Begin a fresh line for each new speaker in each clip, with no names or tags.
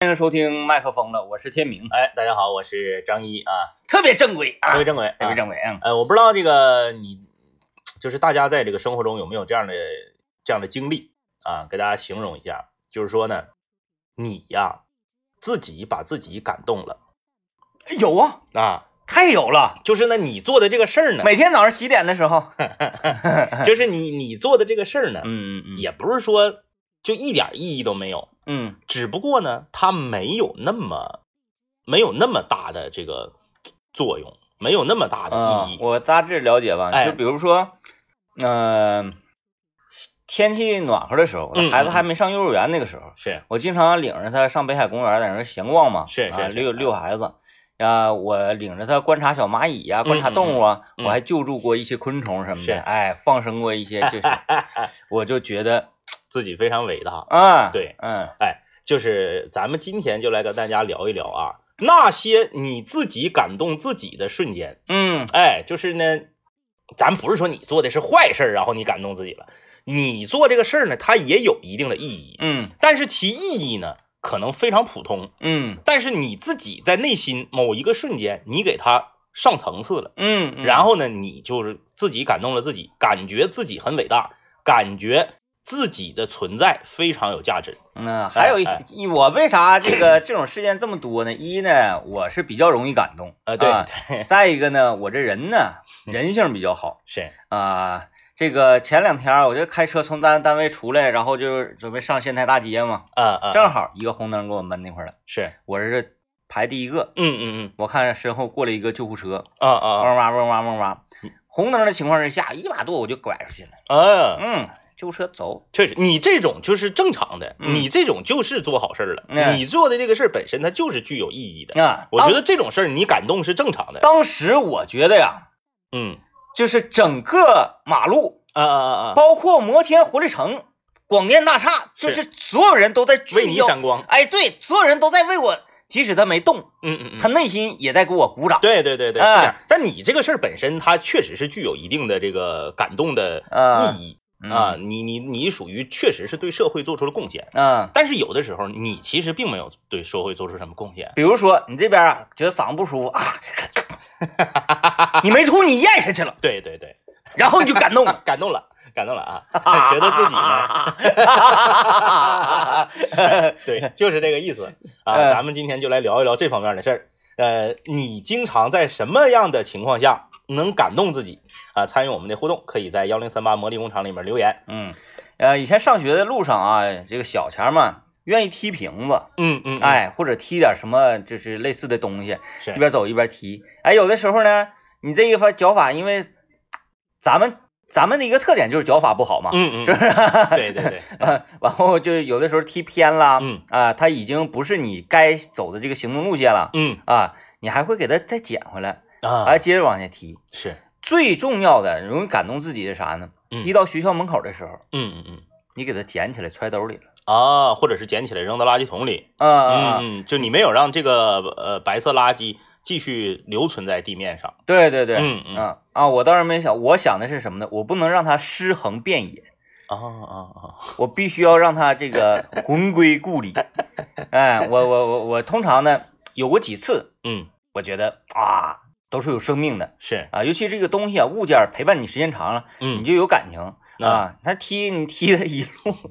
欢迎收听麦克风了，我是天明，
哎，大家好，我是张一啊，
特别正规
各
啊
位，政委，
特别
啊
正规啊。
呃，我不知道这个你，就是大家在这个生活中有没有这样的这样的经历啊？给大家形容一下，就是说呢，你呀，自己把自己感动了
有啊，
啊，
太有了！
就是呢，你做的这个事儿呢，
每天早上洗脸的时候，
就是你你做的这个事儿呢，
嗯嗯
也不是说就一点意义都没有，
嗯
只不过呢，它没有那么没有那么大的这个作用，没有那么大
啊
的意义。
我大致了解吧，
哎
就比如说，嗯，天气暖和的时候，
嗯嗯
孩子还没上幼儿园那个时候，
是，
我经常领着他上北海公园，在那儿闲逛嘛，
是是
啊，
是
遛
嗯
遛孩子。呀，我领着他观察小蚂蚁呀、观察动物啊，
嗯嗯
我还救助过一些昆虫什么
是
的，哎，放生过一些，就是 我就觉得
自己非常伟大。
啊，
对
嗯，
就是咱们今天就来跟大家聊一聊啊，那些你自己感动自己的瞬间。
嗯
哎，就是呢，咱不是说你做的是坏事儿，然后你感动自己了，你做这个事儿呢，它也有一定的意义，
嗯
但是其意义呢，可能非常普通。
嗯
但是你自己在内心某一个瞬间，你给它上层次了，
嗯，
然后呢，你就是自己感动了自己，感觉自己很伟大，感觉自己的存在非常有价值。
嗯，还有一
哎
一我为啥这个这种事件这么多呢？一呢，我是比较容易感动
呃，对
啊
对，
再一个呢，我这人 呢人性比较好
是，
啊。这个前两天我就开车从单单位出来，然后就准备上县太大街嘛，
呃呃，
正好一个红灯给我闷那块儿了，
是，
我是排第一个，
嗯嗯嗯，
我看身后过来一个救护车，
啊啊嗯
嗡哇嗡哇嗡哇，红灯的情况之下，一把舵我就拐出去了，
啊，嗯
嗯，救护车走，
确实，你这种就是正常的，
嗯
你这种就是做好事儿了，
嗯
你做的这个事儿本身它就是具有意义的。
啊，
我觉得这种事儿你感动是正常的。
当当时我觉得呀，
嗯，
就是整个马路，
啊啊啊啊，
包括摩天活力城、广电大厦，就是是所有人都在
为
聚
你
焦。
闪光。
哎，对，所有人都在为我，即使他没动，
嗯嗯嗯，
他内心也在给我鼓掌。
对对对对，是
哎
这样。但你这个事儿本身，它确实是具有一定的这个感动的
啊
意义
嗯
啊。你你你属于确实是对社会做出了贡献，
嗯，
但是有的时候你其实并没有对社会做出什么贡献。
比如说你这边啊，觉得嗓子不舒服 啊，你没吐，你咽下去了，
对对对，
然后你就感动
啊。
了
感动了，感动了啊！ 觉得自 己呢。对，就是这个意思啊。
嗯
咱们今天就来聊一聊这方面的事儿。呃，你经常在什么样的情况下能感动自己啊？参与我们的互动，可以在幺零三八魔力工厂里面留言。
嗯，呃，以前上学的路上啊，这个小钱儿们愿意踢瓶子，
嗯嗯，哎，
哎，或者踢点什么就是类似的东西，
是
一边走一边踢。哎，有的时候呢，你这一发脚法，因为咱们咱们的一个特点就是脚法不好嘛，
嗯
是
嗯，
不是？
对对对，
啊，然后就是有的时候踢偏了，
嗯
啊，他已经不是你该走的这个行动路线了，
嗯
啊，你还会给他再捡回来，
啊
哎，，接着往下踢。
是，
最重要的，容易感动自己的啥呢？
嗯
踢到学校门口的时候，
嗯嗯嗯
你给他捡起来揣兜里了，
啊，或者是捡起来扔到垃圾桶里。
啊啊啊！
嗯嗯，就你没有让这个呃白色垃圾继续留存在地面上。
对对对，
嗯嗯
啊啊！我倒是没想，我想的是什么呢？我不能让他尸横遍野，
啊
哦
啊啊！
我必须要让他这 个魂归故里。哎，我我我我通常呢，有过几次，
嗯，
我觉得啊，都是有生命的
是，
啊，尤其这个东西啊，物件儿陪伴你时间长了，你
嗯
就有感情。
嗯
啊，他踢你踢他一路，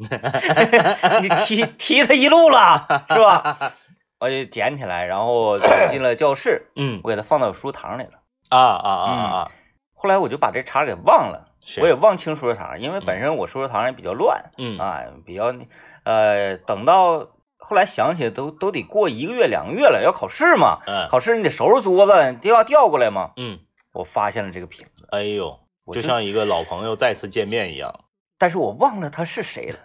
你踢踢他一路了，是吧？我就捡起来，然后走进了教室，
嗯
我给他放到书堂里了。
啊啊啊啊！
后来我就把这茬儿给忘了，
是
我也忘清收拾堂，因为本身我收拾堂也比较乱、
嗯
啊，比较呃，等到后来想起来都都得过一个月两个月了，要考试嘛，
嗯
考试你得收拾桌子，都要调过来嘛。
嗯，
我发现了这个瓶子，
哎呦，
我
就像一个老朋友再次见面一样。
但是我忘了他是谁了。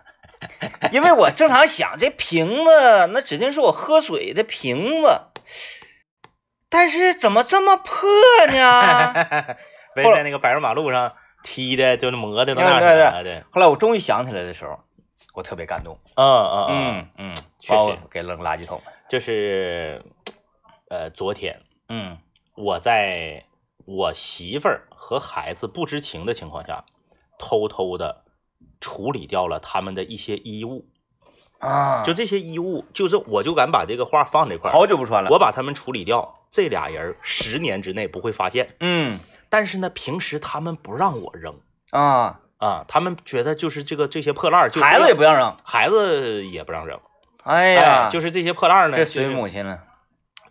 因为我正常想，这瓶子那指定是我喝水的瓶子，但是怎么这么破呢？
被
后来
在那个柏油马路上踢的，就是磨的都
对
那样
对
了。嗯对，
后来我终于想起来的时候，我特别感动。
嗯嗯嗯，
嗯嗯，
确
把我
实
给扔垃圾桶了。
就是，呃，昨天
嗯
我在我媳妇儿和孩子不知情的情况下，偷偷的处理掉了他们的一些衣物。
啊，
就这些衣物，就是我就敢把这个画放这块儿，
好久不穿了。
我把它们处理掉，这俩人儿十年之内不会发现。
嗯
但是呢，平时他们不让我扔
啊，
啊，他们觉得就是这个这些破烂儿就
孩子也
也
不让扔。
孩子也不让扔，
哎
哎
呀，
就是这些破烂儿呢，
这
就是
随母嗯亲了。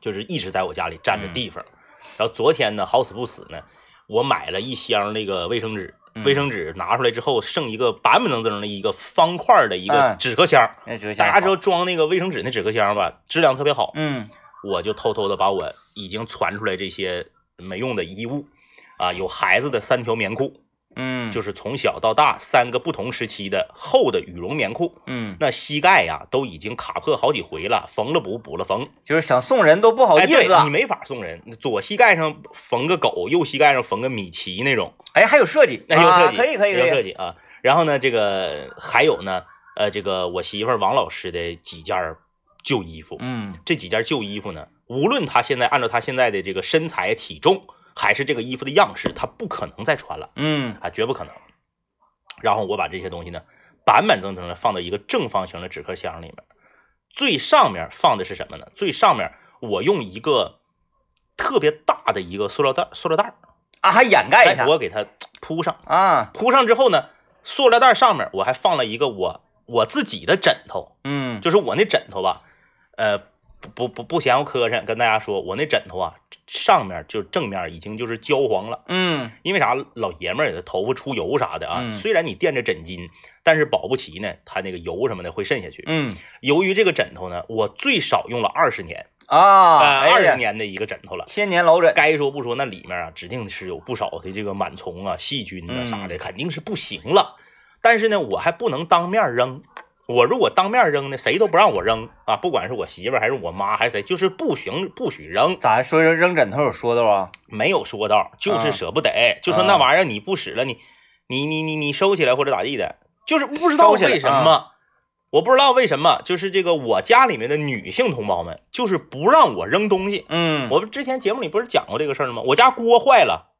就是一直在我家里占着地方。然后昨天呢，好死不死呢，我买了一箱那个卫生纸，
嗯
卫生纸拿出来之后，剩一个板板正正的一个方块儿的一个
嗯
纸壳箱。
那折
大
下
家知道装那个卫生纸那纸壳箱吧，质量特别好。
嗯
我就偷偷的把我已经传出来这些没用的衣物，啊，有孩子的三条棉裤，
嗯，
就是是从小到大三个不同时期的厚的羽绒棉裤。
嗯，
那膝盖呀、都已经卡破好几回了，缝了补，补了缝，
就是想送人都不好
哎
意思
对
啊
你。没法送人。左膝盖上缝个狗，右膝盖上缝个米奇那种，
哎，还有设计，
那有
啊
设计，
可以可以
有
可
设
以。
计啊。然后呢，这个还有呢，呃，这个我媳妇儿王老师的几件儿旧衣服，
嗯
这几件旧衣服呢，无论她现在按照她现在的这个身材体重，还是这个衣服的样式，她不可能再穿了
嗯
啊，绝不可能。然后我把这些东西呢，板板正正的放到一个正方形的纸壳箱里面，最上面放的是什么呢？最上面我用一个特别大的一个塑料袋，塑料袋儿，
啊，还掩盖一下
哎，我给它铺上。
啊。
铺上之后呢，塑料袋上面我还放了一个我我自己的枕头，
嗯，
就是我那枕头吧，呃，不不不嫌我磕碜，跟大家说，我那枕头啊，上面就正面已经就是焦黄了，
嗯
因为啥？老爷们儿的头发出油啥的啊，
嗯
虽然你垫着枕巾，但是保不齐呢，它那个油什么的会渗下去。
嗯
由于这个枕头呢，我最少用了二十年
啊，哎
呃二十、
呀
20，年的一个枕头了。
千年老枕。
该说不说，那里面啊，指定是有不少的这个螨虫啊、细菌啊
嗯
啥的，肯定是不行了。但是呢，我还不能当面扔。我如果当面扔呢，谁都不让我扔啊，不管是我媳妇儿还是我妈还是谁，就是不行，不许扔。
咋说扔扔枕头有说道啊？
没有说道，就是舍不得，就说那玩意儿你不使了，你你你你你收起来或者咋地的，就是不知道
收起来啊
为什么，我不知道为什么，就是这个我家里面的女性同胞们，就是不让我扔东西。
嗯，
我们之前节目里不是讲过这个事儿吗？我家锅坏了，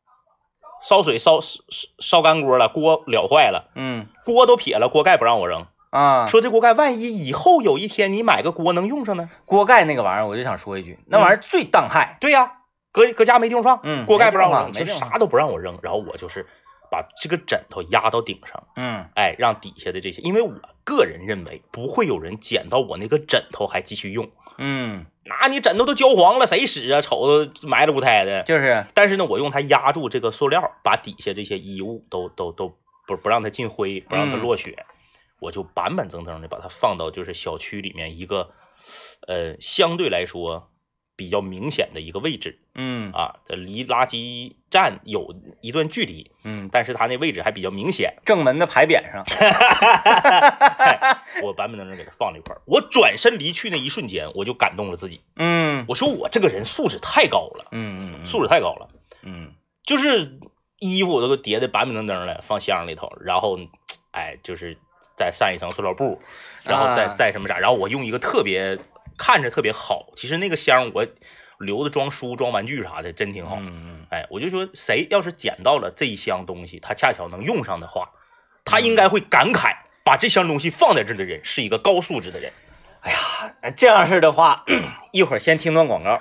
烧水烧烧烧干锅了，锅燎坏了，
嗯
锅都撇了，锅盖不让我扔，
啊，
说这锅盖万一以后有一天你买个锅能用上呢？
锅盖那个玩意儿，我就想说一句，那玩意
嗯
儿最当害。
对呀、搁搁家没地方放，
嗯
锅盖不让我
没
扔，
地方
就
放
啥都不让我扔，然后我就是把这个枕头压到顶上，
嗯
哎，让底下的这些，因为我个人认为不会有人捡到我那个枕头还继续用，
嗯，
那你枕头都焦黄了，谁使啊？瞅着埋了骨胎的，
就是
但是呢，我用它压住这个塑料，把底下这些衣物都都都不不让它进灰，不
嗯
让它落雪，我就板板正正的把它放到就是小区里面一个，呃，相对来说比较明显的一个位置
嗯
啊，它离垃圾站有一段距离，
嗯，
但是它那位置还比较明显，
正门的牌匾上。
我板板正正给它放这块儿。我转身离去那一瞬间，我就感动了自己，
嗯
我说我这个人素质太高了，
嗯嗯，
素质太高了。
嗯
就是衣服我都给叠的板板正正的，放箱里头，然后，哎，就是再上一层塑料布，然后再、
啊
再什么啥，然后我用一个特别看着特别好，其实那个箱我留着装书、装玩具啥的，真挺好。
嗯
哎，我就说谁要是捡到了这一箱东西，他恰巧能用上的话，他应该会感慨，把这箱东西放在这儿的人是一个高素质的人。
嗯，这样式的话， 一会儿先听段广 告。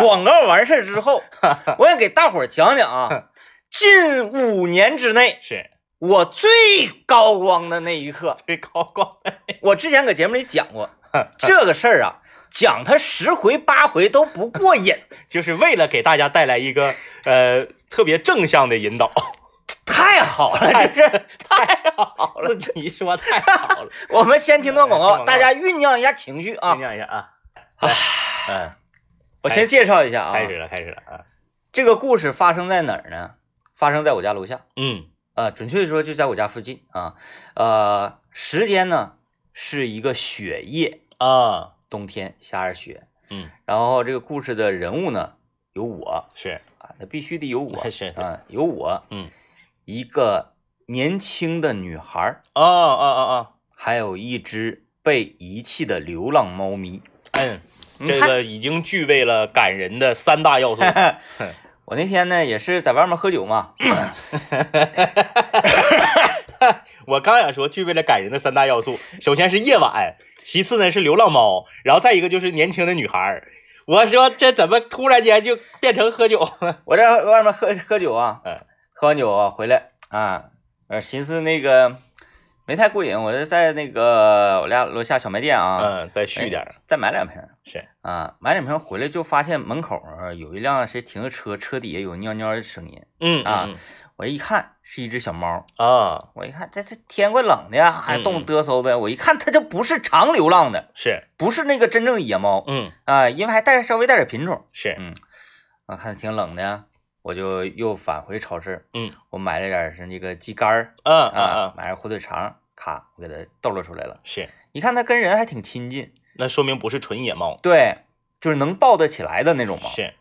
广告完事儿之后，我想给大伙儿讲讲啊，近五年之内
是
我最高光的那一 刻。
最高光的，
我之前搁节目里讲 过这个事儿啊，讲他十回八回都不过瘾，
就是为了给大家带来一个呃特别正向的引 导。哎
太好了，这是太好了。
自己说太好了，
我们先听段广
哎听
告，
广告
大家酝酿一下情绪
酝
啊。
酿一下啊。来，嗯，
我先介绍一下啊，
开始了，开始了啊。
这个故事发生在哪儿呢？发生在我家楼下，
嗯
呃，准确地说就在我家附近啊。呃，时间呢是一个雪夜，
啊，
冬天下着雪，
嗯，
然后这个故事的人物呢有我
是，
啊，那必须得有我
是
啊，有我，
嗯，
一个年轻的女孩儿，
哦哦哦
还有一只被遗弃的流浪猫咪。
哦，嗯，
你
这
看
个已经具备了感人的三大 要素。
我那天呢也是在外面喝酒嘛，
我刚想说，具备了感人的三大要素，首先是夜晚，其次呢是流浪猫，然后再一个就是年轻的女孩儿。我说这怎么突然间就变成喝酒了？
我在外面喝喝酒啊，
嗯
喝完酒啊回来啊，呃，寻思那个没太过瘾，我就在那个我家楼下小卖店啊，
嗯，再续点儿，
再买两瓶儿
是
啊，买两瓶儿回来就发现门口儿有一辆谁停的车，车底下有尿尿的声音，
嗯
啊
嗯
我一看是一只小猫，
嗯啊，
我一看这这天怪冷的呀，还
嗯
冻得嗖的，我一看它这不是常流浪的，
是，
不是那个真正野猫
嗯
啊，因为还带稍微带点品种，
是，
嗯，啊，看挺冷的，我就又返回超市，
嗯
我买了点儿是那个鸡肝儿
嗯嗯
啊，
嗯，
买点儿火腿肠，咔，我给它逗了出来了。
是，
一看它跟人还挺亲近，
那说明不是纯野猫，
对，就是能抱得起来的那种猫。
是，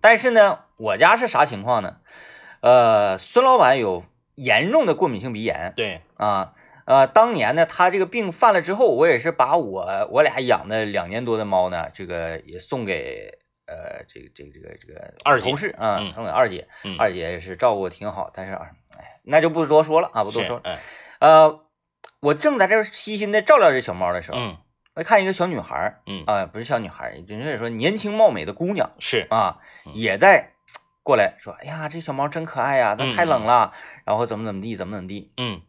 但是呢，我家是啥情况呢？呃，孙老板有严重的过敏性鼻炎
对，
啊。呃，当年呢，他这个病犯了之后，我也是把我我俩养的两年多的猫呢，这个也送给呃，这个这个这个这个
二姐
同事啊，
嗯
送给二姐，
嗯，
二姐也是照顾挺好，但是啊，哎，那就不多说了啊，不多
是
说了，。
嗯
呃，我正在这儿细心的照料这小猫的时候，
嗯
我看一个小女孩儿
嗯
啊、不是小女孩儿，准确地说年轻貌美的姑娘
是，
啊，
嗯
也在过来说，哎呀，这小猫真可爱呀、
嗯
那太冷了，然后怎么怎么地，怎么怎么地。
嗯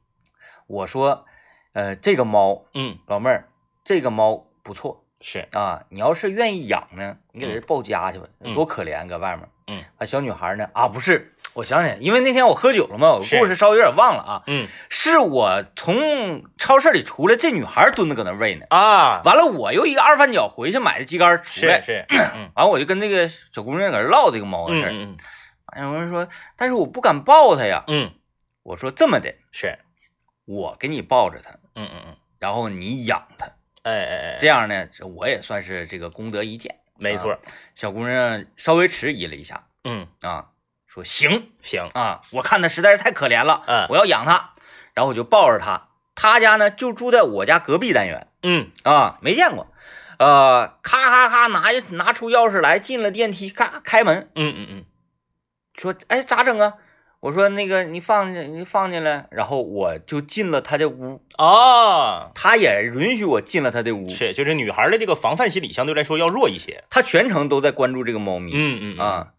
我说，呃，这个猫，
嗯
老妹儿，这个猫不错
是，
啊，你要是愿意养呢，你给它抱家去吧，
嗯
多可怜，搁外面。
嗯
啊，小女孩呢？啊，不是，我想想，因为那天我喝酒了嘛，我
是
故事稍微有点忘了啊。
嗯
是我从超市里出来，这女孩蹲着搁那喂呢。
啊，
完了，我又一个二翻脚回去买的鸡肝出
是
来，
是，嗯
完了我就跟那个小姑娘搁这唠这个猫的
嗯
事儿。
嗯
哎，我就说，但是我不敢抱它呀。
嗯
我说这么的，
是，
我给你抱着它，
嗯嗯嗯，
然后你养它，
哎哎哎，
这样呢，这我也算是这个功德一件。
没错，
小姑娘稍微迟疑了一下
嗯
啊，说行
行，
啊，我看它实在是太可怜了，
嗯
我要养它，然后我就抱着它。他家呢就住在我家隔壁单元。
嗯
啊，没见过。呃，咔咔咔拿拿出钥匙来，进了电梯，咔开门，
嗯嗯嗯
说：“哎，咋整啊？”我说：“那个，你放进，你放进来。”然后我就进了他的屋，
啊。
他也允许我进了他的屋。
是，就是女孩的这个防范心理相对来说要弱一些。
他全程都在关注这个猫咪、
嗯嗯，
啊。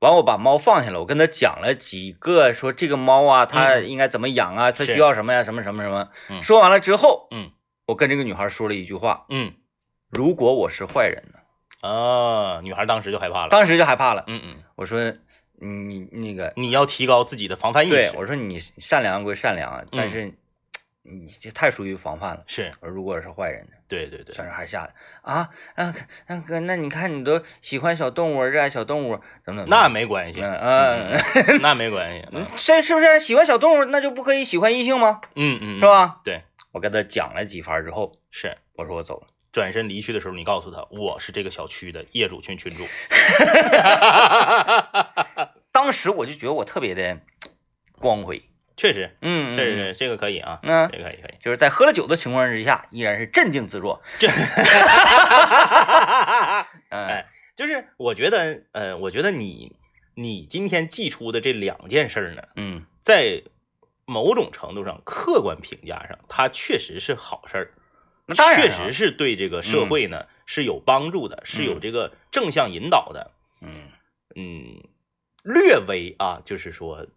完，我把猫放下了，我跟他讲了几个，说这个猫啊，它
嗯
应该怎么养啊，它
是
需要什么呀，什么什么什么。
嗯
说完了之后，
嗯
我跟这个女孩说了一句话
嗯：“
如果我是坏人呢
啊，女孩当时就害怕？”了。
当时就害怕了。
嗯嗯，
我说你那个，
你要提高自己的防范意
对
识。嗯
我说你善良归善良啊，但是你这太疏于防范了。
是，
我说如果是坏人呢？
对对对
小，女孩吓得啊啊那哥，那你看你都喜欢小动物，热爱小动物，怎么怎么地？
那没关系，
嗯嗯，
那没关系。嗯
嗯这是不是喜欢小动物，那就不可以喜欢异性吗？
嗯嗯，
是？吧？
对，
我跟他讲了几番之后，
是。
我说我走了。
转身离去的时候，你告诉他我是这个小区的业主群群主。
当时我就觉得我特别的光辉，
确实，
嗯，嗯
确实，是这个可以啊，
嗯
这个可以可 以。
就是在喝了酒的情况之下，依然是镇静自若。
这，
嗯、
哎就是我觉得，呃，我觉得你你今天寄出的这两件事儿呢，
嗯，
在某种程度上客观评价上，它确实是好事儿，
那当然啊嗯
确实是对这个社会呢、是有帮助的，是有这个正向引导的。
嗯
嗯，略微啊，就是说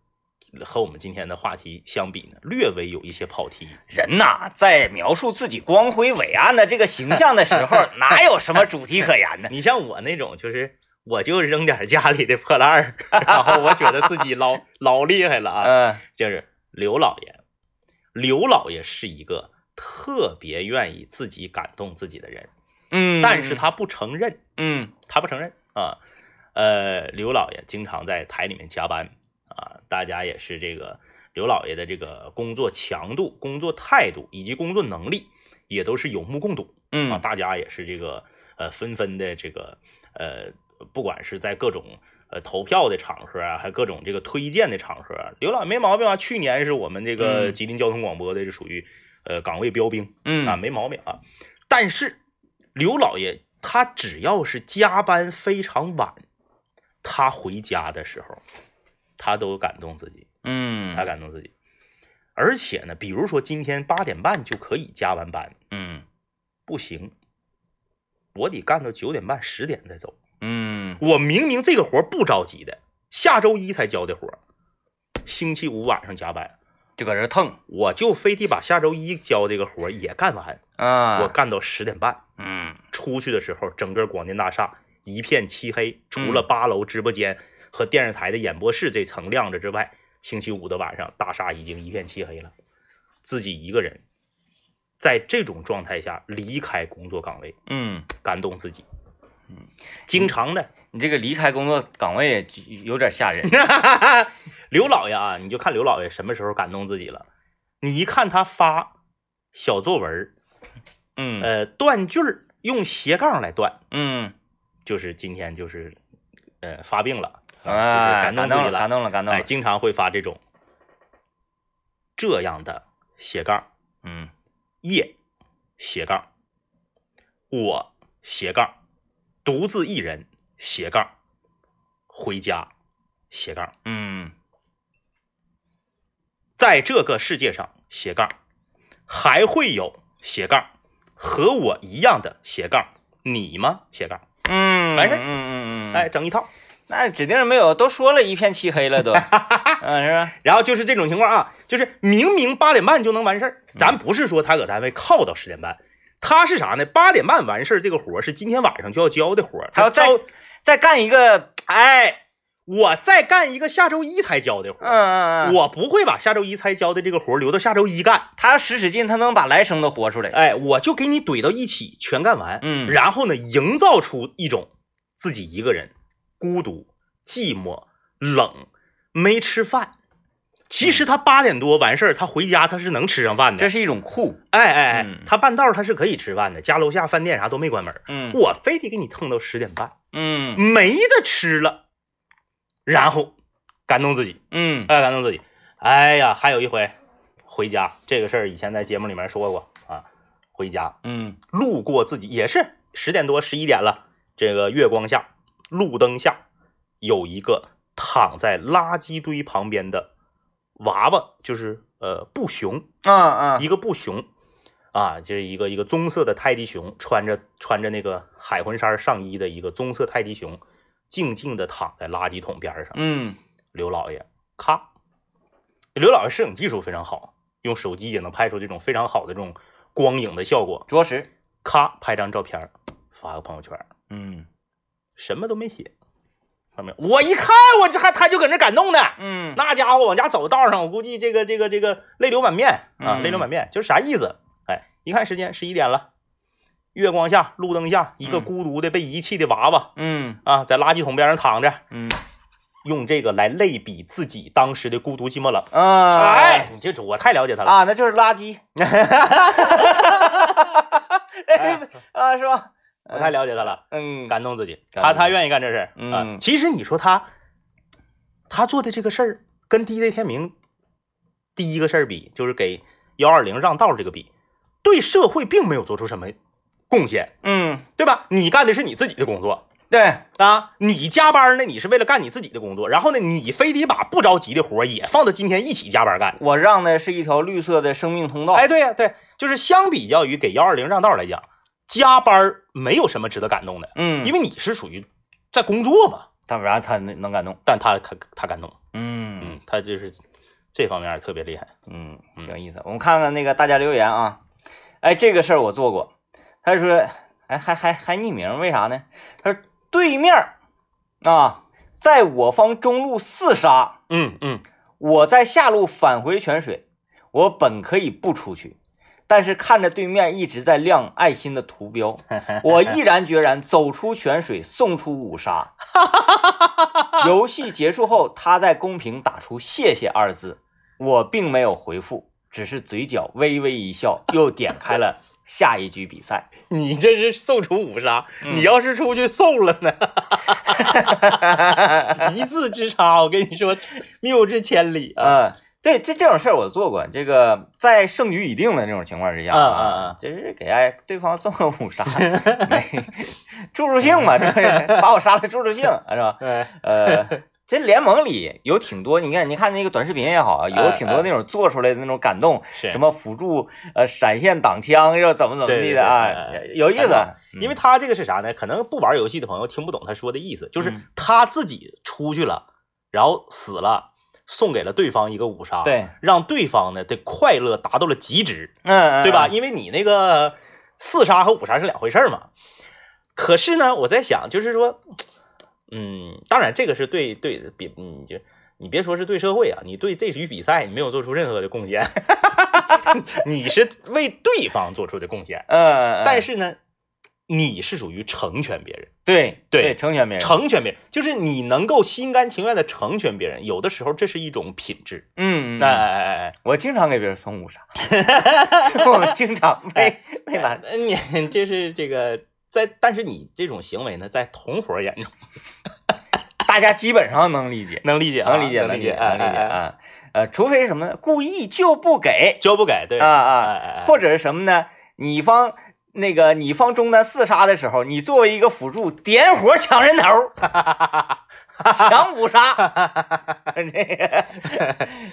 和我们今天的话题相比呢，略微有一些跑题。，
人呐、在描述自己光辉伟岸的这个形象的 时候，哪有什么主题可言呢？
你像我那种，就是我就扔点家里的破烂儿， 然后我觉得自己老 老厉害了啊。
嗯
就是刘老爷，刘老爷是一个特别愿意自己感动自己的人，
嗯，
但是他不承认，
嗯
他不承认啊。呃，刘老爷经常在台里面加班啊，大家也是这个刘老爷的这个工作强度、工作态度以及工作能力，也都是有目共睹啊。
嗯
大家也是这个呃纷纷的这个呃，不管是在各种呃投票的场合啊，还各种这个推荐的场合啊，刘老没毛病啊。去年是我们这个
嗯
吉林交通广播的，就属于呃岗位标兵啊，
嗯
没毛病啊。但是刘老爷他只要是加班非常晚，他回家的时候，他都感动自己，他
嗯，
感动自己。而且呢，比如说今天八点半就可以加完班，
嗯
不行，我得干到九点半十点再走。
嗯
我明明这个活儿不着急的，下周一才交的活儿，星期五晚上加班，
就搁这蹭
我就非得把下周一交这个活儿也干完，
啊，
我干到十点半。
嗯
出去的时候，整个广电大厦一片漆黑，除
嗯
了八楼直播间和电视台的演播室这层亮着之外，星期五的晚上，大厦已经一片漆黑了。自己一个人，在这种状态下离开工作岗位，
嗯，
感动自己。经常的，。
你这个离开工作岗位有点吓人
刘老爷啊，你就看刘老爷什么时候感动自己了。你一看他发小作文儿，
嗯
呃，断句儿用斜杠来断，
嗯，
就是今天就是，呃，发病了，
哎，
就是感动
感
自己
动
了
了，感动了，感动
哎，
了。
经常会发这种这样的斜杠
嗯
夜斜杠我斜杠独自一人斜杠回家斜杠，
嗯
在这个世界上斜杠还会有斜杠和我一样的斜杠你吗？斜杠，
嗯，
完事儿
嗯嗯嗯，
哎，，整一套。
那指定没有，都说了一片漆黑 了都，嗯，是吧？
然后就是这种情况啊，就是明明八点半就能完事
嗯
儿，咱不是说他搁单位靠到十点半，他是啥呢？八点半完事儿这个活儿是今天晚上就要交的活儿，
他要再
招
再干一个，
哎，我再干一个下周一才交的活
嗯
儿，
嗯嗯，
我不会把下周一才交的这个活儿留到下周一干，
他要使使劲，他能把来生都活出来。
哎，我就给你怼到一起全干完，
嗯
然后呢，营造出一种自己一个人孤独、寂寞、冷、没吃饭。其实他八点多完事儿，他回家他是能吃上饭的
嗯这。是一种酷，
哎哎哎
嗯，
他半道儿他是可以吃饭的，家楼下饭店啥都没关门儿，
嗯
我非得给你腾到十点半，
嗯
没得吃了，然后感动自己，
嗯
哎，感动自己。哎呀，还有一回回家这个事儿，以前在节目里面说过啊，回家
嗯
路过自己也是十点多十一点了，这个月光下，路灯下有一个躺在垃圾堆旁边的娃娃，就是呃布熊，
啊啊
一个布熊，啊，就是一个一个棕色的泰迪熊，穿着穿着那个海魂衫上衣的一个棕色泰迪熊，静静的躺在垃圾桶边上。
嗯
刘老爷，咔，刘老爷摄影技术非常好，用手机也能拍出这种非常好的这种光影的效果。
着实
咔，拍张照片儿，发个朋友圈儿，
嗯
什么都没写，看到没有？我一看，我这还他就搁那感动呢。
嗯
那家伙往家走道上，我估计这个这个这个泪流满面啊，
嗯
泪流满面，就是啥意思？哎，一看时间十一点了，月光下，路灯下，一个
嗯
孤独的被遗弃的娃娃
嗯
啊，在垃圾桶边上躺着，
嗯
用这个来类比自己当时的孤独寂寞冷。
啊
哎，你这我太了解他了，
啊，那就是垃圾， 哎啊是吧？
我太了解他了，
嗯
哎感动自己，
感动
他他愿意干这事儿啊
嗯。
其实你说他，他做的这个事儿跟 DJ 天明第一个事儿比，就是给幺二零让道这个比，对社会并没有做出什么贡献，
嗯
对吧？你干的是你自己的工作
对
啊，你加班呢，你是为了干你自己的工作，然后呢，你非得把不着急的活儿也放到今天一起加班干。
我让的是一条绿色的生命通道。
哎，对呀、对，就是相比较于给幺二零让道来讲，加班儿没有什么值得感动的，
嗯，
因为你是属于在工作嘛。
当然他能能感动。
但他他他敢弄，
嗯
嗯，他就是这方面特别厉害。
嗯，挺
嗯
有意思。我们看看那个大家留言啊，哎，这个事儿我做过。他说，哎，还还还匿名，为啥呢？他说对面儿啊，在我方中路四杀，
嗯嗯，
我在下路返回泉水，我本可以不出去，但是看着对面一直在亮爱心的图标，我毅然决然走出泉水，送出五杀。游戏结束后，他在公屏打出“谢谢”二字，我并没有回复，只是嘴角微微一笑，又点开了下一局比赛。
你这是送出五杀，
嗯
你要是出去送了呢， 一字之差，我跟你说，谬之千里啊！
嗯，对，这这种事儿我做过，这个在胜局已定的这种情况之下啊
嗯嗯嗯
就是给哎对方送个五 杀，没助助兴嘛，这不是把我杀了助助兴是吧？
哎，
呃，这联盟里有挺多，你看，你看那个短视频也好啊，
嗯
有挺多那种做出来的那种感动，
是
什么辅助呃闪现挡枪，又怎么怎么地的啊，
对对对
有意思
哎。因为
嗯
他这个是啥呢？可能不玩游戏的朋友听不懂他说的意思，就是
嗯
他自己出去了，然后死了，送给了对方一个五杀，，
啊对，
让对方呢的快乐达到了极值，
嗯，
对吧？
嗯？
因为你那个四杀和五杀是两回事儿嘛。可是呢，我在想，就是说，嗯，当然这个是对对比，你就你别说是对社会啊，你对这局比赛你没有做出任何的贡献， 你是为对方做出的贡献，
嗯，
但
是
是呢，你是属于成全别人。
对
对
成全别人，
成全别人，就是你能够心甘情愿的成全别人，有的时候这是一种品质。
嗯，
那
那
哎哎哎，
我经常给别人送五 杀，我经常被 被拦，
呃你这是这个在，但是你这种行为呢，在同伙眼中
大家基本上能理解，
能理解啊，
能理解，
能
能理解，能
哎
理
哎
解
哎哎
啊。呃，除非是什么呢？故意就不给，
交不改对
啊啊
哎哎哎
或者是什么呢？你方那个你方中单四杀的时候，你作为一个辅助点火抢人头， 抢五杀， 这 个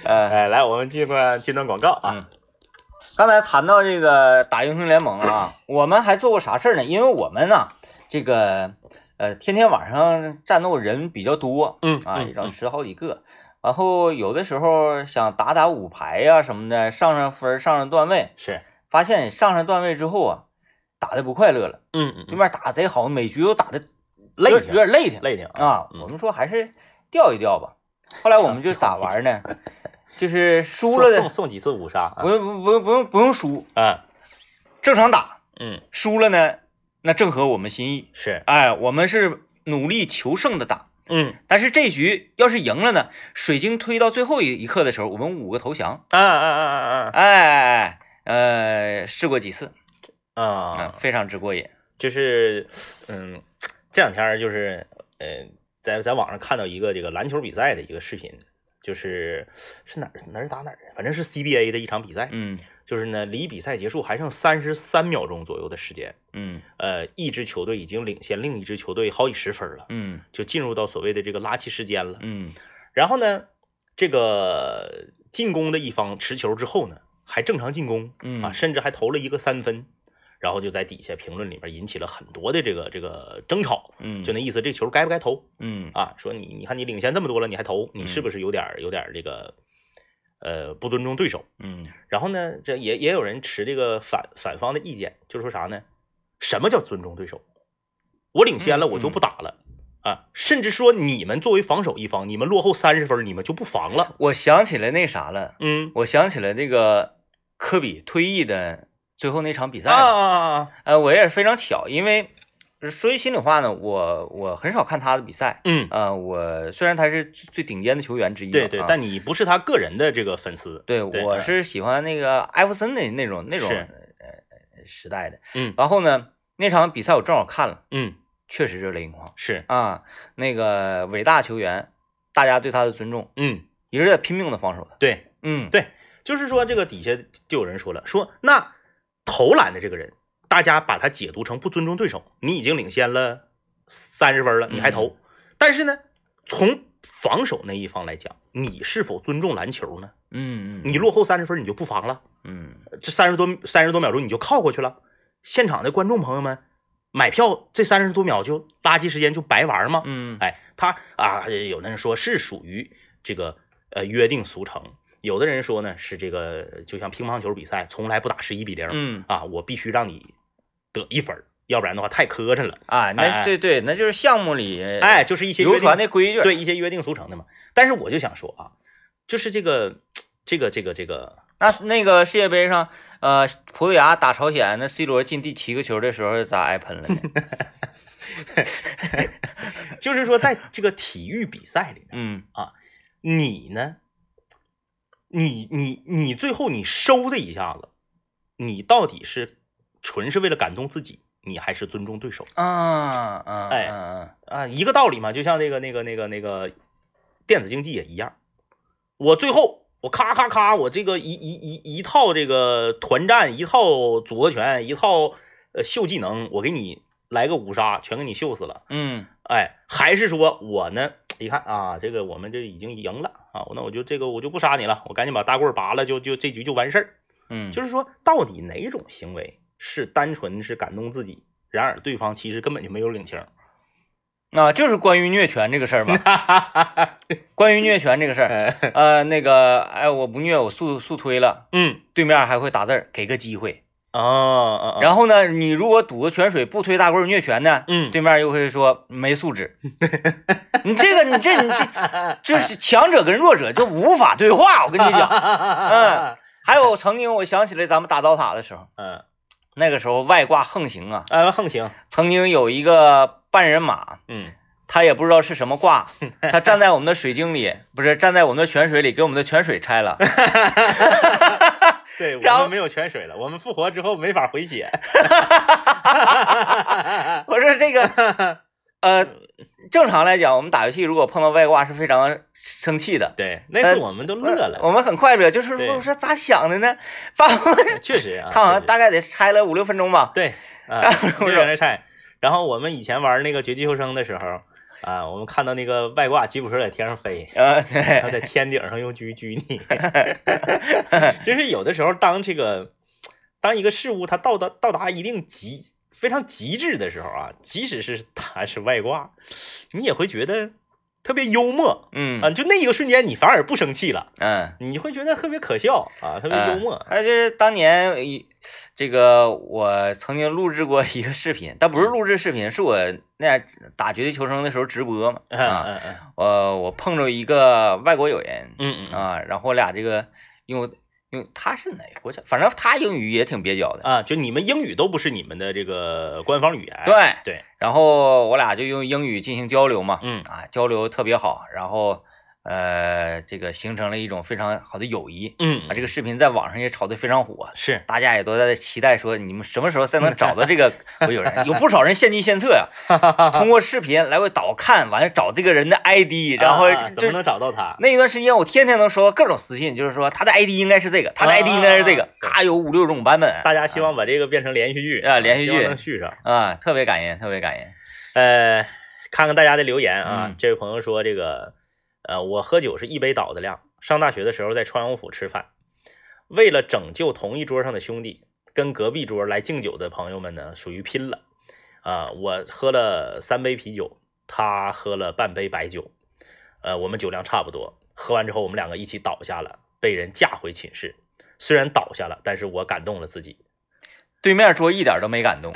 呃，
哎，来，我们进段进段广告啊，
嗯刚才谈到这个打英雄联盟啊，我们还做过啥事儿呢？因为我们啊，这个呃，天天晚上战斗人比较多
嗯
啊，一
嗯
整十好几个。然后有的时候想打打五排呀、什么的，上上分儿、上上段位，
是，
发现上上段位之后啊，打的不快乐了。
嗯嗯
对
嗯，
面打贼好，每局都打的累，
累
有
挺
点累挺
累挺啊，
啊。
嗯
我们说还是调一调吧。后来我们就咋玩呢？就是输了
送送
的，
送几次五杀啊
不，用不用不用不用输，
嗯
正常打。
嗯
输了呢，那正合我们心意。
是，
哎，我们是努力求胜的打。
嗯
但是这局要是赢了呢，水晶推到最后一一刻的时候，我们五个投降。
啊啊啊啊啊
哎，呃，试过几次，
啊
嗯
啊，，
非常之过瘾。
就是，嗯，这两天儿就是，呃，在在网上看到一个这个篮球比赛的一个视频，就是是哪儿哪儿打哪儿，啊反正是 CBA 的一场比赛，
嗯
就是呢，离比赛结束还剩三十三秒钟左右的时间，
嗯
呃，一支球队已经领先另一支球队好几十分了，
嗯
就进入到所谓的这个拉齐时间了。
嗯
然后呢，这个进攻的一方持球之后呢，还正常进攻，
嗯
啊，甚至还投了一个三分，然后就在底下评论里面引起了很多的这个这个争吵，
嗯，
就那意思，这球该不该投
嗯
啊？说你你看你领先这么多了，你还投，你
嗯
是不是有点儿有点儿这个呃不尊重对手？
嗯
然后呢，这也也有人持这个反反方的意见，就是说啥呢？什么叫尊重对手？我领先了，
嗯
我就
嗯
不打了、啊！甚至说你们作为防守一方，你们落后三十分，你们就不防了。
我想起来那啥了，
嗯，
我想起来那个科比退役的最后那场比赛
啊
了。
啊啊啊！
呃，我也是非常巧，因为说句心里话呢，我我很少看他的比赛。
嗯，
呃，我虽然他是最最顶尖的球员之一嘛，
对对
啊，
但你不是他个人的这个粉丝。
对
对
我是喜欢那个艾弗森的那种那种
是
呃时代的。
嗯
然后呢，那场比赛我正好看了，
嗯，
确实热泪盈眶
是，
啊！那个伟大球员，大家对他的尊重，
嗯，
也是在拼命的防守他。
对，
嗯，
对就是说这个底下就有人说了，说那投篮的这个人，大家把他解读成不尊重对手，你已经领先了三十分了，你还投，但是呢，从防守那一方来讲，你是否尊重篮球呢？
嗯嗯，
你落后三十分，你就不防了，
嗯
这三十多三十多秒钟你就靠过去了。现场的观众朋友们，买票这三十多秒就垃圾时间就白玩吗？
嗯
哎，他啊，有的人说是属于这个呃约定俗成，有的人说呢是这个就像乒乓球比赛从来不打十一比零、
嗯
啊，我必须让你得一分儿，要不然的话太磕碜了。
啊，那
哎
是对对，那就是项目里
哎，就是一些
呃流
约定
传的规矩。
对一些约定俗成的嘛。但是我就想说啊，就是这个这个这个这个，
那那个世界杯上，呃，葡萄牙打朝鲜，那 C 罗进第七个球的时候，咋挨喷了呢？
就是说在这个体育比赛里面，
嗯
你呢，你你你最后你收的一下子，你到底是纯是为了感动自己，你还是尊重对手
啊啊，
哎
啊
啊？一个道理嘛，就像那个那个那个那个电子竞技也一样，我最后。我咔咔咔，我这个一一一一套这个团战，一套组合拳，一套呃秀技能，我给你来个五杀，全给你秀死了。
嗯
哎，还是说我呢，一看啊，这个我们这已经赢了啊，那我就这个我就不杀你了，我赶紧把大棍儿拔了，就就这局就完事儿。
嗯，
就是说，到底哪种行为是单纯是感动自己，然而对方其实根本就没有领情？
啊，就是关于虐犬这个事儿吧。
哈哈哈 哈
关于虐犬这个事儿，呃，那个，哎，我不虐，我速速推了，
嗯
对面还会打字儿，给个机会。
啊啊，啊
然后呢，你如果堵个泉水不推大棍儿虐拳呢，
嗯
对面又会说没素质。 你这个，你这，你这，就是强者跟弱者就无法对话。我跟你
啊
讲，嗯，还有曾经我想起来咱们打刀塔的时候，
嗯，
那个时候外挂横行啊，
哎，横行，
曾经有一个半人马，
嗯
他也不知道是什么挂，他站在我们的水晶里，不是站在我们的泉水里，给我们的泉水拆了。
对，我
然后
们没有泉水了，我们复活之后没法 回血。
我说这个，呃，正常来讲，我们打游戏如果碰到外挂是非常生气的。
对，那次我们都乐了，
呃我们很快乐，就是
对
我说咋想的呢？ 把我们
确实啊，
他好像
确实
大概得拆了五六分钟吧。
对 啊，
我说
对原来菜。然后我们以前玩那个绝地求生的时候啊，我们看到那个外挂吉普车在天上飞，
呃，
然后
对，
在天顶上用狙狙你。 就是有的时候，当这个当一个事物它到达到达一定极非常极致的时候啊，即使是 它是外挂，你也会觉得特别幽默
嗯
啊。就那一个瞬间，你反而不生气了，
嗯，
你会觉得特别可笑啊，特别幽默。
还有就是当年一这个我曾经录制过一个视频，但不是录制视频，是我那样打绝地求生的时候直播嘛。
嗯
啊，
嗯嗯
呃，我碰着一个外国友人
嗯嗯
啊，然后我俩这个用用他是哪个国家，反正他英语也挺蹩脚的。
啊，就你们英语都不是你们的这个官方语言。
对，
对，
然后我俩就用英语进行交流嘛，
嗯
啊，交流特别好，然后呃，这个形成了一种非常好的友谊
嗯
啊。这个视频在网上也炒得非常火，
是
大家也都在期待说你们什么时候才能找到这个我有人，有不少人献计献策 呀、通过视频来回导看，完了找这个人的 ID，然后嗯
啊啊怎
就
么能找到他？
那一段时间，我天天能收到各种私信，就是说他的 ID 应该是这个，他的 ID 应该是这
啊
个，
啊啊
咔有五六种版本，
大家希望把这个变成连续剧
啊连续
希望
剧
能续上。
啊，特别感人，特别感人，
呃，看看大家的留言啊，
嗯
这位朋友说这个，呃，我喝酒是一杯倒的量。上大学的时候在川王府吃饭，为了拯救同一桌上的兄弟，跟隔壁桌来敬酒的朋友们呢，属于拼了。啊、我喝了三杯啤酒，他喝了半杯白酒，呃，我们酒量差不多。喝完之后，我们两个一起倒下了，被人架回寝室。虽然倒下了，但是我感动了自己。
对面桌一点都没感动，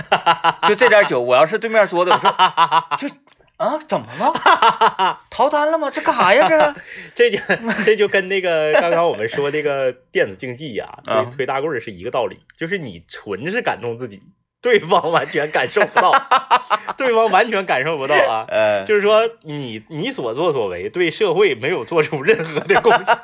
就这点酒，我要是对面桌的，我说就啊，怎么了？逃单了吗？这干啥呀？这
这就这就跟那个刚刚我们说那个电子竞技呀、
啊
推推大棍儿是一个道理，就是你纯是感动自己，对方完全感受 不到，对方完全感受不到啊。
呃，
就是说你你所作所为对社会没有做出任何的贡献，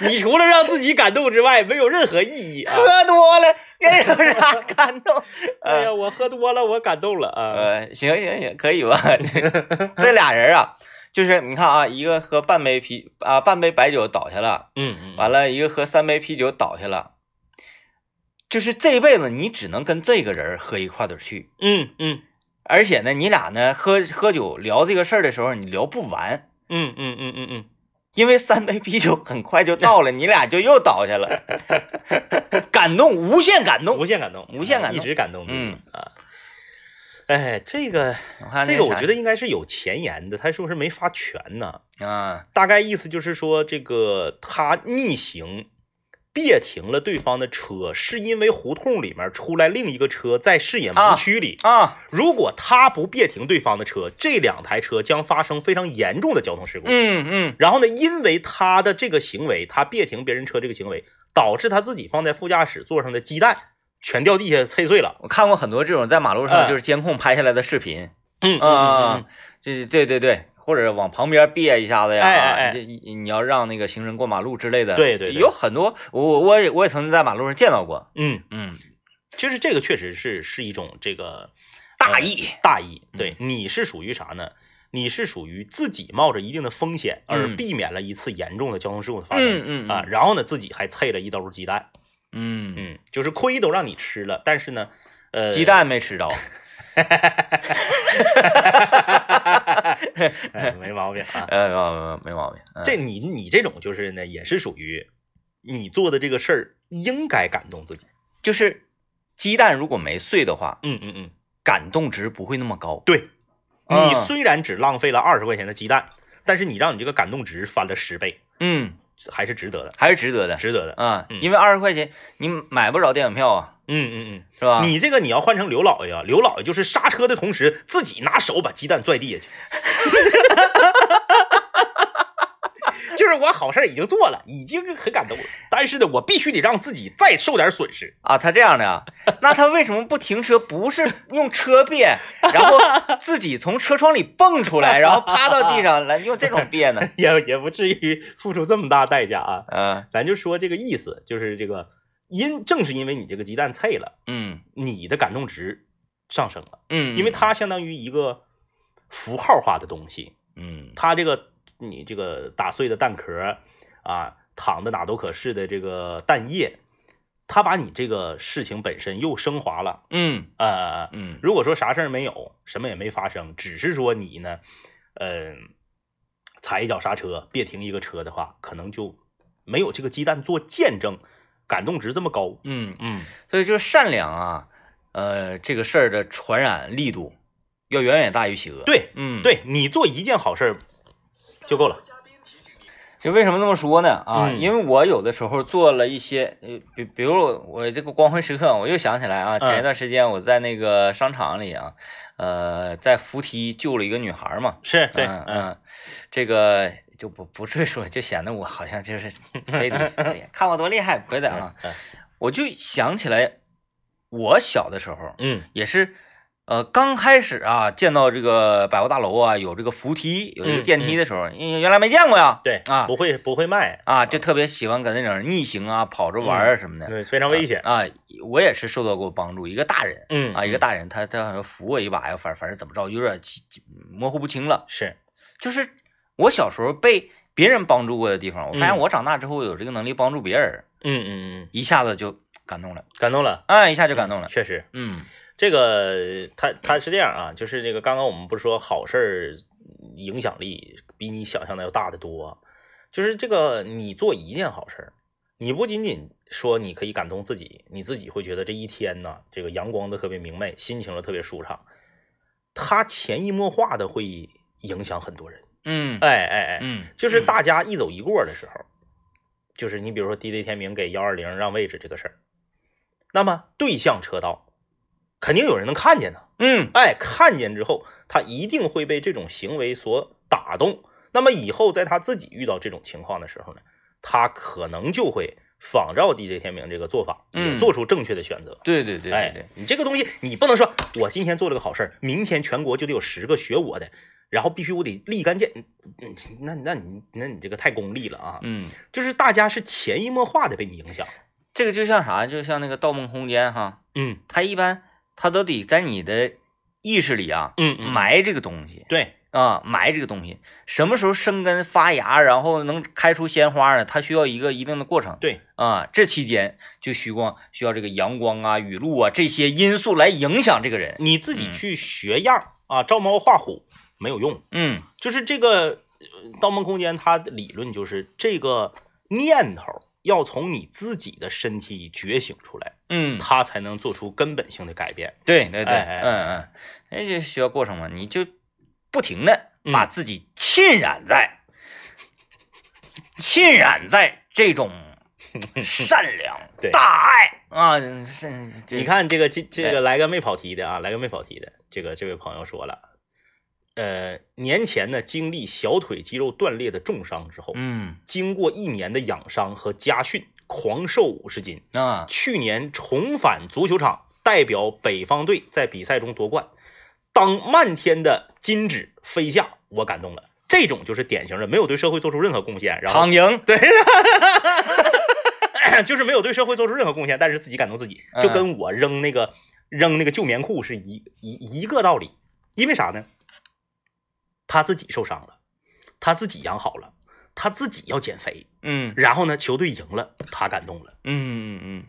你除了让自己感动之外，没有任何 意义啊。
喝多了，那有啥感动？
哎呀，我喝多了，我感动了啊。
呃，行行行，可以吧？这俩人啊，就是你看啊，一个喝半杯啤啊半杯白酒倒下了，
嗯嗯，
完了一个喝三杯啤酒倒下了，就是这辈子你只能跟这个人喝一块儿去。
嗯嗯
而且呢，你俩呢喝喝酒聊这个事儿的时候，你聊不完，
嗯嗯嗯嗯嗯，
因为三杯啤酒很快就到了，你俩就又倒下 了，感动，无限感动
嗯无。限感动，
无限感
一
动
直感动自己。
嗯
啊，哎，这个
我看
这个我觉得
得
应该是有前言的，他是不是没发全呢？
啊，
大概意思就是说，这个他逆行别停了对方的车，是因为胡同里面出来另一个车在视野盲区里。
啊，
如果他不别停对方的车，这两台车将发生非常严重的交通事故。
嗯嗯
然后呢，因为他的这个行为，他别停别人车这个行为，导致他自己放在副驾驶座上的鸡蛋全掉地下碎碎了。
我看过很多这种在马路上
嗯
就是监控拍下来的视频，
嗯
啊啊，啊，这对对对，或者往旁边别一下子呀，
哎哎哎
这你你要让那个行人过马路之类的，
对对对
有很多，我我也我也曾经在马路上见到过，
嗯，
嗯，
其实这个确实是是一种这个
大意
呃大意。对，你是属于啥呢？你是属于自己冒着一定的风险，而
嗯
避免了一次严重的交通事故的发生、
嗯嗯
啊，，然后呢，自己还啐了一兜鸡蛋，
嗯嗯，
嗯，就是亏都让你吃了，但是呢， 呃，
鸡蛋没吃着，
哎没毛病 啊。
呃，没毛病，没毛病。嗯
这你你这种就是呢，也是属于你做的这个事儿应该感动自己。
就是鸡蛋如果没碎的话，
嗯嗯嗯，
感动值不会那么高。
对，
嗯
你虽然只浪费了二十块钱的鸡蛋，但是你让你这个感动值翻了十倍，
嗯，
还是值得的，
还是值得的。
值得的。
啊，
嗯
因为二十块钱你买不着电影票啊，
嗯嗯
是吧？
嗯，你这个你要换成刘老爷啊，刘老爷就是刹车的同时，自己拿手把鸡蛋拽地下去。 就是我好事儿已经做了，已经很感动了，但是呢，我必须得让自己再受点损失。
啊，他这样的啊，那他为什么不停车？不是用车别，然后自己从车窗里蹦出来，然后趴到地上来，用这种别呢？
也也不至于付出这么大代价啊。
嗯
咱就说这个意思，就是这个因正是因为你这个鸡蛋脆了，
嗯
你的感动值上升了，
嗯，
因为它相当于一个符号化的东西，
嗯
它这个你这个打碎的蛋壳啊，躺的哪都可是的这个蛋液，它把你这个事情本身又升华了。
嗯
呃，
嗯
如果说啥事儿没有，什么也没发生，只是说你呢，嗯、踩一脚刹车，别停一个车的话，可能就没有这个鸡蛋做见证，感动值这么高。
嗯，
嗯，
所以就是善良啊，呃，这个事儿的传染力度要远远大于邪恶。，
对，
嗯，，
对你做一件好事儿就够了。
就为什么这么说呢？啊，
嗯
因为我有的时候做了一些，呃，比比如我我这个光辉时刻，我又想起来啊，
嗯
前一段时间我在那个商场里啊，呃，在扶梯救了一个女孩嘛，
是对，
嗯
嗯，
嗯，这个就不不赘述，就显得我好像就是非 得哎呀看我多厉害，不会的啊，
嗯
我就想起来我小的时候
嗯
也是。呃，刚开始啊，见到这个百货大楼啊，有这个扶梯，有这个
嗯
电梯的时候，因为原来没见过呀，
对
啊
不会不会卖，
啊，就特别喜欢搁那种逆行啊、跑着玩儿啊什么的，
嗯对，非常危险。
啊。我也是受到过帮助，一个大人
嗯
啊，一个大人，他他好像扶我一把呀，反反正怎么着，有点记记模糊不清了。
是，
就是我小时候被别人帮助过的地方，我发现
嗯
我长大之后有这个能力帮助别人，
嗯嗯嗯，
一下子就感动了，
感动了，
啊，一下就感动了。
确实。
嗯
这个他他是这样啊，就是这个刚刚我们不是说好事儿影响力比你想象的要大得多，就是这个你做一件好事儿，你不仅仅说你可以感动自己，你自己会觉得这一天呢，这个阳光都特别明媚，心情都特别舒畅，它潜移默化的会影响很多人。
嗯
哎哎哎，
嗯
就是大家一走一过的时候，就是你比如说 DJ 天明给幺二零让位置这个事儿，那么对向车道肯定有人能看见呢。
嗯
哎，看见之后，他一定会被这种行为所打动。那么以后在他自己遇到这种情况的时候呢，他可能就会仿照 DJ 天明这个做法，
嗯
也做出正确的选择。
对对对对
哎
对，，
你这个东西，你不能说我今天做了个好事儿，明天全国就得有十个学我的，然后必须我得立竿见，嗯嗯，那那你那你这个太功利了啊！
嗯，
就是大家是潜移默化的被你影响，
这个就像啥，就像那个《盗梦空间》哈，
嗯
它一般它都得在你的意识里啊
嗯买
埋这个东西。
对，
啊，埋这个东西什么时候生根发芽，然后能开出鲜花呢？它需要一个一定的过程。
对
啊，这期间就需光需要这个阳光啊、雨露啊这些因素来影响这个人。
你自己
嗯
去学样儿啊，照猫画虎没有用，
嗯
就是这个呃《盗梦空间》它的理论就是这个念头要从你自己的身体觉醒出来，
嗯，
它才能做出根本性的改变。
对对对，
哎哎
嗯嗯，那就需要过程嘛，你就不停的
嗯
把自己浸染在、浸染在这 种善良、
对
大爱啊，是这
你看这个这这
对
个来个没跑题的啊，来个没跑题的，这个这位朋友说了，呃，年前呢经历小腿肌肉断裂的重伤之后，
嗯
经过一年的养伤和家训，狂瘦五十斤，
啊
去年重返足球场，代表北方队在比赛中夺冠。当漫天的金纸飞下，我感动了。这种就是典型的没有对社会做出任何贡献，然后
唐莹对，
就是没有对社会做出任何贡献，但是自己感动自己，就跟我扔那个、扔那个旧棉裤是一一一个道理。因为啥呢？他自己受伤了，他自己养好了，他自己要减肥，
嗯
然后呢，球队赢了，他感动了，
嗯嗯嗯，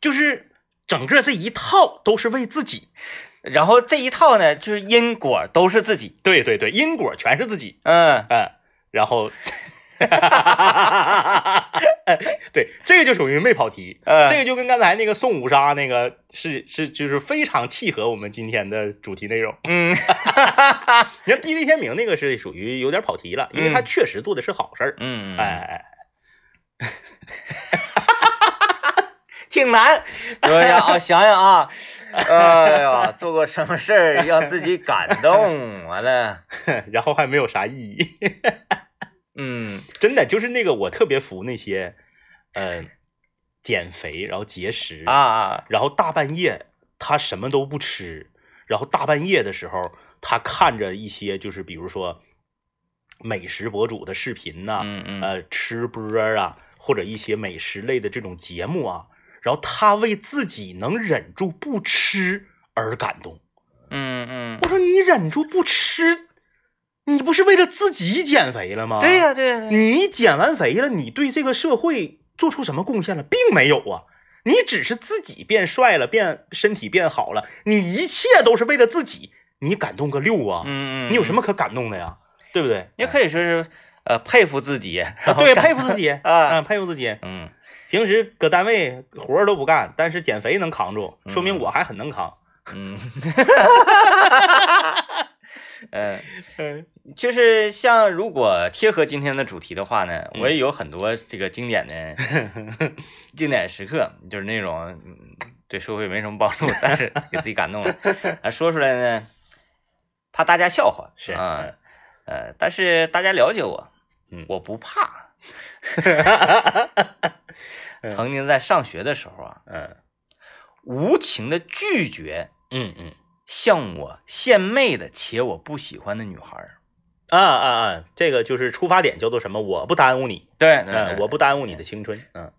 就是整个这一套都是为自己。
然后这一套呢，就是因果都是自己，
对对对，因果全是自己，
嗯，
嗯，然后， 对，这个就属于没跑题，
嗯
这个就跟刚才那个宋五杀那个是是就是非常契合我们今天的主题内容。
嗯，
你看地利天明那个是属于有点跑题了，因为他
嗯
确实做的是好事儿，
嗯，
哎哎， 哎
挺难。说 呀，啊，想想啊，哎呀，做过什么事儿让自己感动？完了，
然后还没有啥意义，
嗯
真的就是那个我特别服那些，呃，减肥然后节食
啊，啊，
然后大半夜他什么都不吃，然后大半夜的时候他看着一些就是比如说美食博主的视频呐、
嗯嗯，
呃吃播啊，或者一些美食类的这种节目啊，然后他为自己能忍住不吃而感动。
嗯嗯
我，说你忍住不吃，你不是为了自己减肥了吗？
对、呀对呀，对呀
你减完肥了，你对这个社会做出什么贡献了，并没有啊。你只是自己变帅了，变身体变好了，你一切都是为了自己，你感动个六啊！
嗯嗯，
你有什
么？
么可感动的呀？对不对？
也可以说是呃佩服自己，
啊 对，佩服自 己
啊
嗯佩服自己。
嗯
平时搁单位活儿都不干，但是减肥能扛住，说明
嗯
我还很能扛。
嗯， 呃。
嗯
就是像如果贴合今天的主题的话呢，我
嗯
也有很多这个经典 的、经典时刻，就是那种嗯对社会没什么帮助，但 是给自己感动了，啊，说出来呢，怕大家笑话，
是
啊，呃，但是大家了解我，
嗯
我不 怕。曾经在上学的时候啊，
嗯
无情的拒绝
嗯嗯
向我献媚的且我不喜欢的女孩儿，
啊啊啊！这个就是出发点叫做什么？我不耽误你，
对，对
嗯，我不耽误你的青春，嗯。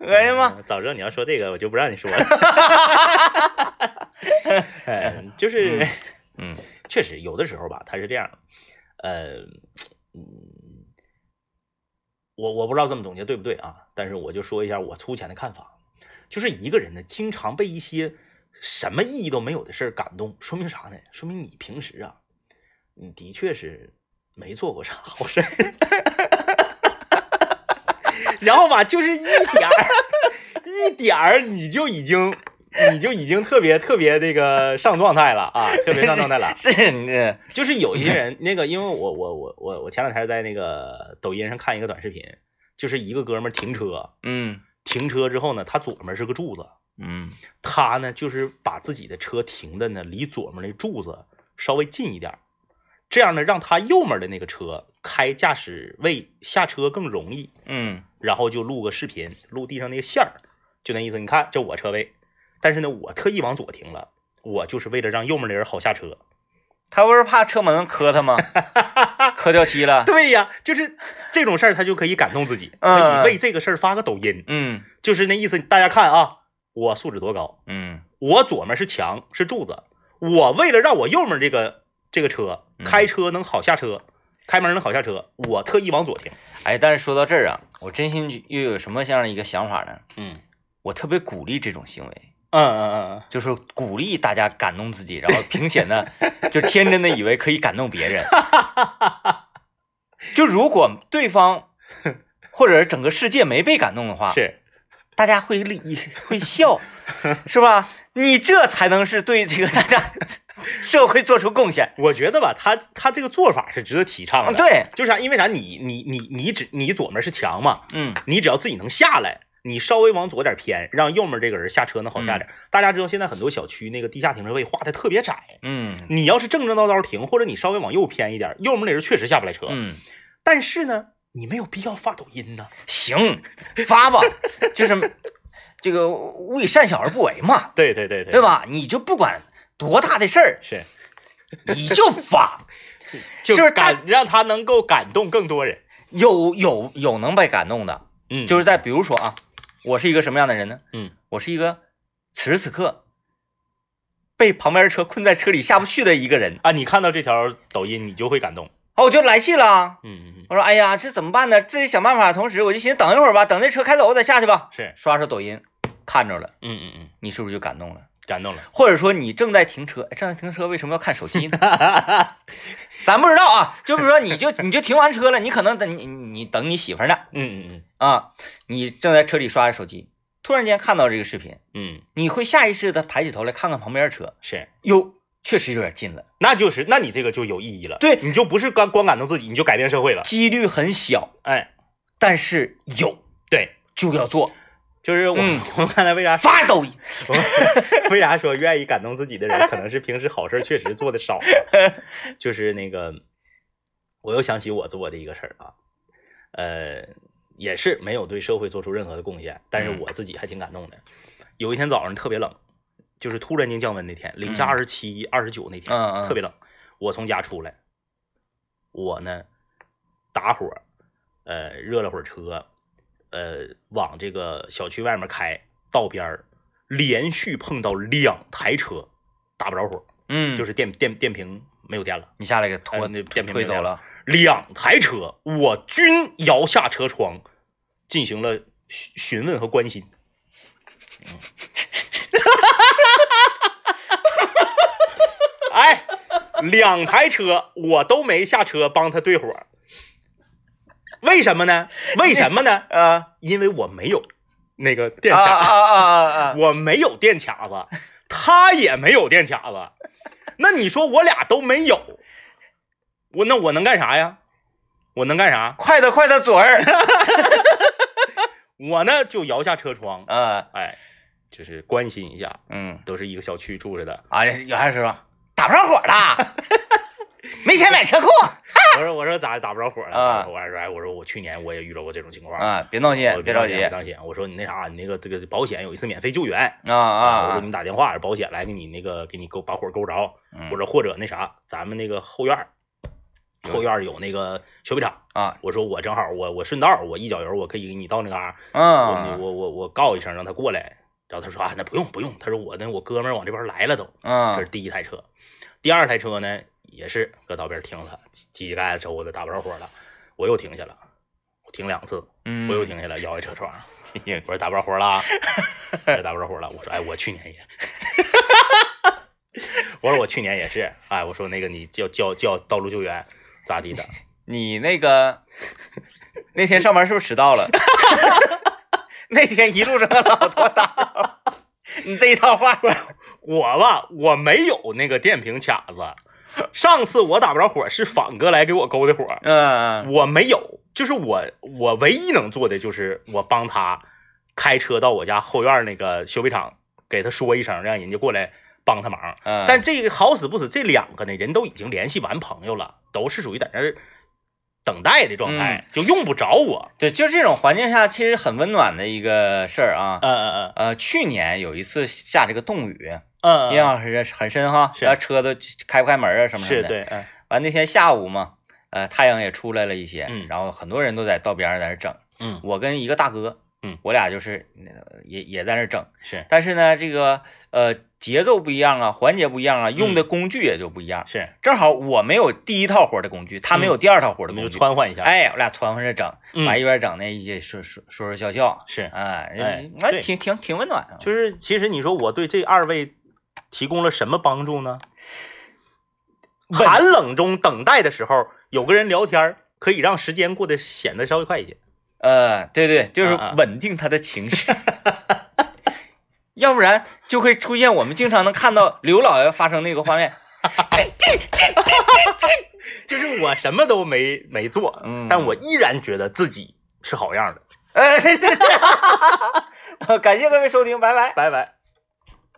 恶心吗？
嗯？早知道你要说这个，我就不让你 说了。哎，就是、
嗯嗯。
确实有的时候吧，他是这样的，呃，嗯，我我不知道这么总结对不对啊，但是我就说一下我粗浅的看法，就是一个人呢，经常被一些什么意义都没有的事儿感动，说明啥呢？说明你平时啊，你的确是没做过啥好事儿。 然后吧，就是一点儿，一点儿你就已经，你就已经特别特别那个上状态了啊，特别上状态了
是你这，
就是有一些人，那个，因为我我我我我前两天在那个抖音上看一个短视频，就是一个哥们儿停车，
嗯
停车之后呢，他左面是个柱子，
嗯
他呢就是把自己的车停的呢离左面那柱子稍微近一点儿，这样呢让他右面的那个车开驾驶位下车更容易，
嗯
然后就录个视频，录地上那个线儿，就那意思。你看，这我车位，但是呢我特意往左停了，我就是为了让右面的人好下车。，
他不是怕车门磕 他吗？磕掉漆了。
对呀，就是这种事儿，他就可以感动自己，
嗯
可以为这个事儿发个抖音，
嗯
就是那意思。大家看啊，我素质多高，
嗯
我左面是墙是柱子，我为了让我右面这个这个车
嗯
开车能好下车，开门能好下车，我特意往左停。
哎，但是说到这儿啊，我真心又有什么样的一个想法呢？
嗯
我特别鼓励这种行为，
嗯嗯
就是鼓励大家感动自己，然后并且 呢，就天真的以为可以感动别人。就如果对 方或者是整个世界没被感动的话，
是
大家会理 会笑，是吧？你这才能是对这个大家 社会做出贡献。
我觉得吧，他他这个做法是值得提倡
啊，
的。，
对，
就是啥、因为啥？你你你你只你左面是墙嘛，
嗯
你只要自己能下来，你稍微往左点偏，让右面这个人下车能好下点。大家知道现在很多小区那个地下停车位画的特别窄，
嗯
你要是正正道道停，或者你稍微往右偏一点，右面那人确实下不来车。
嗯，
但是呢，你没有必要发抖音呐。
行，发吧， 就是这个勿以善小而不为嘛，
对对对对
对？吧？你就不管多大的事儿，
是，
你就发。
就
就是是大
感让他能够感动更多人。
有有有能被感动的，
嗯
就是是在比如说啊，我是一个什么样的人呢？
嗯，
我是一个此时此刻被旁边的车困在车里下不去的一个人。
啊，你看到这条抖音，你就会感动。
好，我就来气了啊。
嗯嗯嗯，
我说，哎呀，这怎么办呢？自己想办法。同时，我就寻思等一会儿吧，等这车开走，我再下去吧。
是
刷刷抖音，看着了，
嗯嗯嗯，
你是不是就感动了？
感动了，
或者说你正在停车，哎正在停车为什么要看手机呢？ 咱不知道啊，就比如说你就你就停完车了，你可能等你你你等你媳妇儿呢
嗯嗯
啊，你正在车里刷着手机，突然间看到这个视频，
嗯嗯，
你会下意识的抬起头来看看旁边的车，
是，
哟，确实有点近了，
那就是，那你这个就有意义了，
对
你就不是光光感动自己，你就改变社会了，
几率很小，
哎，
但是有
对，
就要做，
就是我、
嗯
我刚才为啥
发抖音。
为啥说愿意感动自己的人，可能是平时好事儿确实做的少 啊，就是那个，我又想起我做的一个事儿啊，呃，也是没有对社会做出任何的贡献，但是
嗯
我自己还挺感动的。有一天早上特别冷，就是突然间降温那天，零
嗯
下二十七、二十九那天，
嗯嗯
特别冷。我从家出来，我呢打火，呃，热了会儿车，呃，往这个小区外面开，道边儿连续碰到两台车打不着火，
嗯，
就是是电电电瓶没有电了。
你下来给拖
哎那电瓶
推
没
走
电
了，
两台车，我均摇下车窗，进行了询询问和关心。嗯 哎，两台车我都没下车帮他对火，为什么呢？为什么呢？
呃，
因为我没有那个电
啊
卡。
啊啊 啊啊！
我没有电卡子，他也没有电卡子，那你说我俩都没有，我那我能干啥呀？我能干啥？
快的快的左 儿，
我呢就摇下车窗，
啊，
哎，就是关心一下，
嗯，
都是一个小区住着的。
哎，有还是吧？打不上火了，没钱买车库
我说我说咋打不着火了？
啊
我还说哎我说我去年我也遇到过这种情况。
啊！别闹心
我，
别着急
别当心。我说你那啥，你那个这个保险有一次免费救援
啊
我说
啊
你！打电话，保险来给你那个给你勾把火勾着，
嗯
我说或者那啥，咱们那个后院儿，
有
后院儿有那个修配厂，
啊，
我说我正好我我顺道儿我一脚油我可以给你到那嘎、我
嗯
我我我告一声让他过来，然后他说啊那不用不用，他说我那我哥们儿往这边来了都，这是
嗯
第一台车，第二台车呢也是搁道边儿停了，机盖子抽的打不着火了，我又停下了，我停两次，
嗯，
我又停下了，摇一车窗，
听
我，说打不着火了啊， 我说打不着火了。我说哎，我去年也， 我说我去年也是，哎，我说那个你叫叫叫道路救援咋地的？
你那个那天上班是不是迟到了？ 那天一路上跟老多打扰， 你这一套话，
我吧，我没有那个电瓶卡子，上次我打不着火是反哥来给我勾的火，
嗯嗯
我没有，就是我我唯一能做的就是我帮他开车到我家后院那个修配厂，给他说一声，让人家过来帮他忙。
嗯，
但这个好死不死，这两个呢，人都已经联系完朋友了，都是属于在那儿等待的状
嗯
态，就用不着我。
对，就是这种环境下，其实很温暖的一个事儿啊。
嗯嗯
呃，去年有一次下这个冻雨，
嗯
印象很很深哈，
是
然后车都开不开门啊什么什么
是
的。。
对，嗯
完那天下午嘛，呃，太阳也出来了一些，
嗯
然后很多人都在道边儿在那儿整。
嗯
我跟一个大哥，
嗯，
我俩就是呃也也在那儿整，
是
但是呢，这个呃节奏不一样啊，环节不一样啊，用
嗯
的工具也就不一样。
是，
正好我没有第一套活儿的工具，他没有第二套活儿
我
的
们
工
就
具。
嗯穿换一下。，
哎，我俩团伙着整，
嗯
完一边整呢，一起说说说说笑笑，
是，
哎
哎，
那
对
挺挺挺温暖啊。
就是其实你说我对这二位提供了什么帮助呢？寒冷中等待的时候，有个人聊天儿，可以让时间过得显得稍微快一些。
呃，对对，就是
啊啊
稳定他的情绪， 要不然就会出现我们经常能看到刘老爷发生那个画面。
就是我什么都没没做，
嗯
但我依然觉得自己是好样的。
哎，对对对，感谢各位收听，拜拜。
拜拜。